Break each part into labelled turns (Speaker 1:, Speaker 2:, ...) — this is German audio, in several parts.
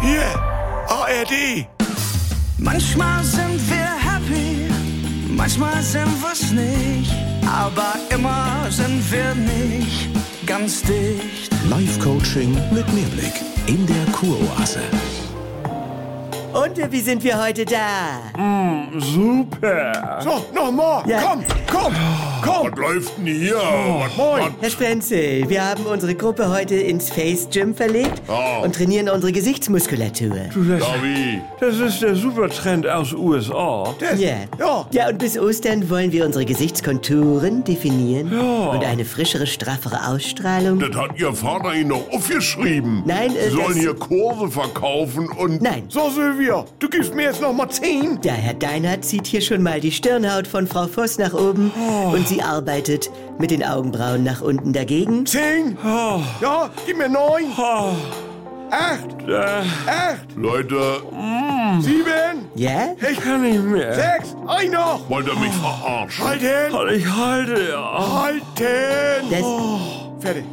Speaker 1: Hier, ARD.
Speaker 2: Manchmal sind wir happy, manchmal sind wir's nicht, aber immer sind wir nicht ganz dicht.
Speaker 3: Live-Coaching mit Mehrblick in der Kuroase.
Speaker 4: Und wie sind wir heute da?
Speaker 5: Hm, Super.
Speaker 1: So, nochmal.
Speaker 4: Ja.
Speaker 1: Komm, komm, komm. Oh,
Speaker 5: Was läuft denn hier? Was moin?
Speaker 4: Herr Sprenzel, wir haben unsere Gruppe heute ins Face Gym verlegt
Speaker 5: Oh.
Speaker 4: und trainieren unsere Gesichtsmuskulatur.
Speaker 5: Das, das ist der Supertrend aus USA.
Speaker 4: Ja.
Speaker 1: Ja.
Speaker 4: ja, und bis Ostern wollen wir unsere Gesichtskonturen definieren
Speaker 5: Ja.
Speaker 4: und eine frischere, straffere Ausstrahlung.
Speaker 6: Das hat Ihr Vater Ihnen noch aufgeschrieben.
Speaker 4: Nein, äh,
Speaker 6: Sie sollen
Speaker 4: das-
Speaker 6: hier Kurse verkaufen und...
Speaker 4: Nein,
Speaker 1: So, Silvia, du gibst mir jetzt nochmal 10.
Speaker 4: der Herr Deinhardt zieht hier schon mal die Stirnhaut von Frau Voss nach oben
Speaker 5: Ah.
Speaker 4: und sie arbeitet mit den Augenbrauen nach unten dagegen.
Speaker 1: 10. Ja, gib mir 9.
Speaker 5: Ah, Äh.
Speaker 1: 8,
Speaker 5: da
Speaker 1: 8,
Speaker 6: Leute,
Speaker 1: 7,
Speaker 4: Ja?
Speaker 5: kann ich mehr.
Speaker 1: 6. Ein noch. Halt
Speaker 6: wollt ihr mich verarschen?
Speaker 1: Halten,
Speaker 5: Ich halte ja.
Speaker 1: halten.
Speaker 4: Das,
Speaker 5: Ah.
Speaker 1: Fertig.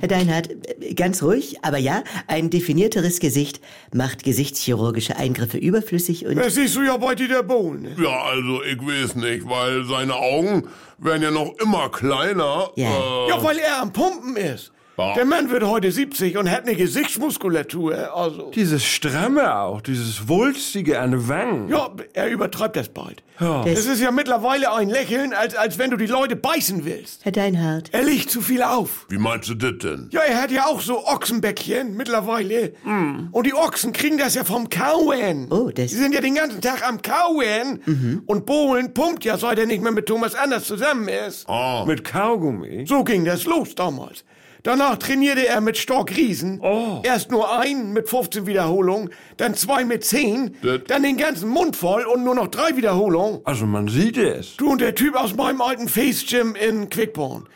Speaker 4: Herr Deinhardt, äh, ganz ruhig, aber ja, ein definierteres Gesicht macht gesichtschirurgische Eingriffe überflüssig und...
Speaker 1: Das siehst du ja bei Dieter Bohlen.
Speaker 6: Ja, also ich weiß nicht, weil seine Augen werden ja noch immer kleiner.
Speaker 4: Ja.
Speaker 6: Äh,
Speaker 1: Ja, weil er am Pumpen ist.
Speaker 6: Ja.
Speaker 1: Der Mann wird heute 70 und hat eine Gesichtsmuskulatur. Also.
Speaker 5: Dieses Stramme auch, dieses Wulstige an den Wangen.
Speaker 1: Ja, er übertreibt das bald.
Speaker 5: Ja.
Speaker 1: Es ist ja mittlerweile ein Lächeln, als, als wenn du die Leute beißen willst.
Speaker 4: Herr Deinhardt,
Speaker 1: Er legt zu viel auf.
Speaker 6: Wie meinst du das denn?
Speaker 1: Ja, er hat ja auch so Ochsenbäckchen mittlerweile. Und die Ochsen kriegen das ja vom Kauen.
Speaker 4: Oh, das-
Speaker 1: Die sind ja den ganzen Tag am Kauen. Und Bohlen pumpt ja, seit er nicht mehr mit Thomas Anders zusammen ist.
Speaker 6: Ah,
Speaker 5: Mit Kaugummi.
Speaker 1: So ging das los damals. Danach trainierte er mit Stork Riesen.
Speaker 5: Oh.
Speaker 1: Erst nur einen mit 15 Wiederholungen, dann zwei mit 10,
Speaker 6: Das-
Speaker 1: dann den ganzen Mund voll und nur noch drei Wiederholungen.
Speaker 5: Also man sieht es.
Speaker 1: Du und der Typ aus meinem alten Face Gym in Quickborn.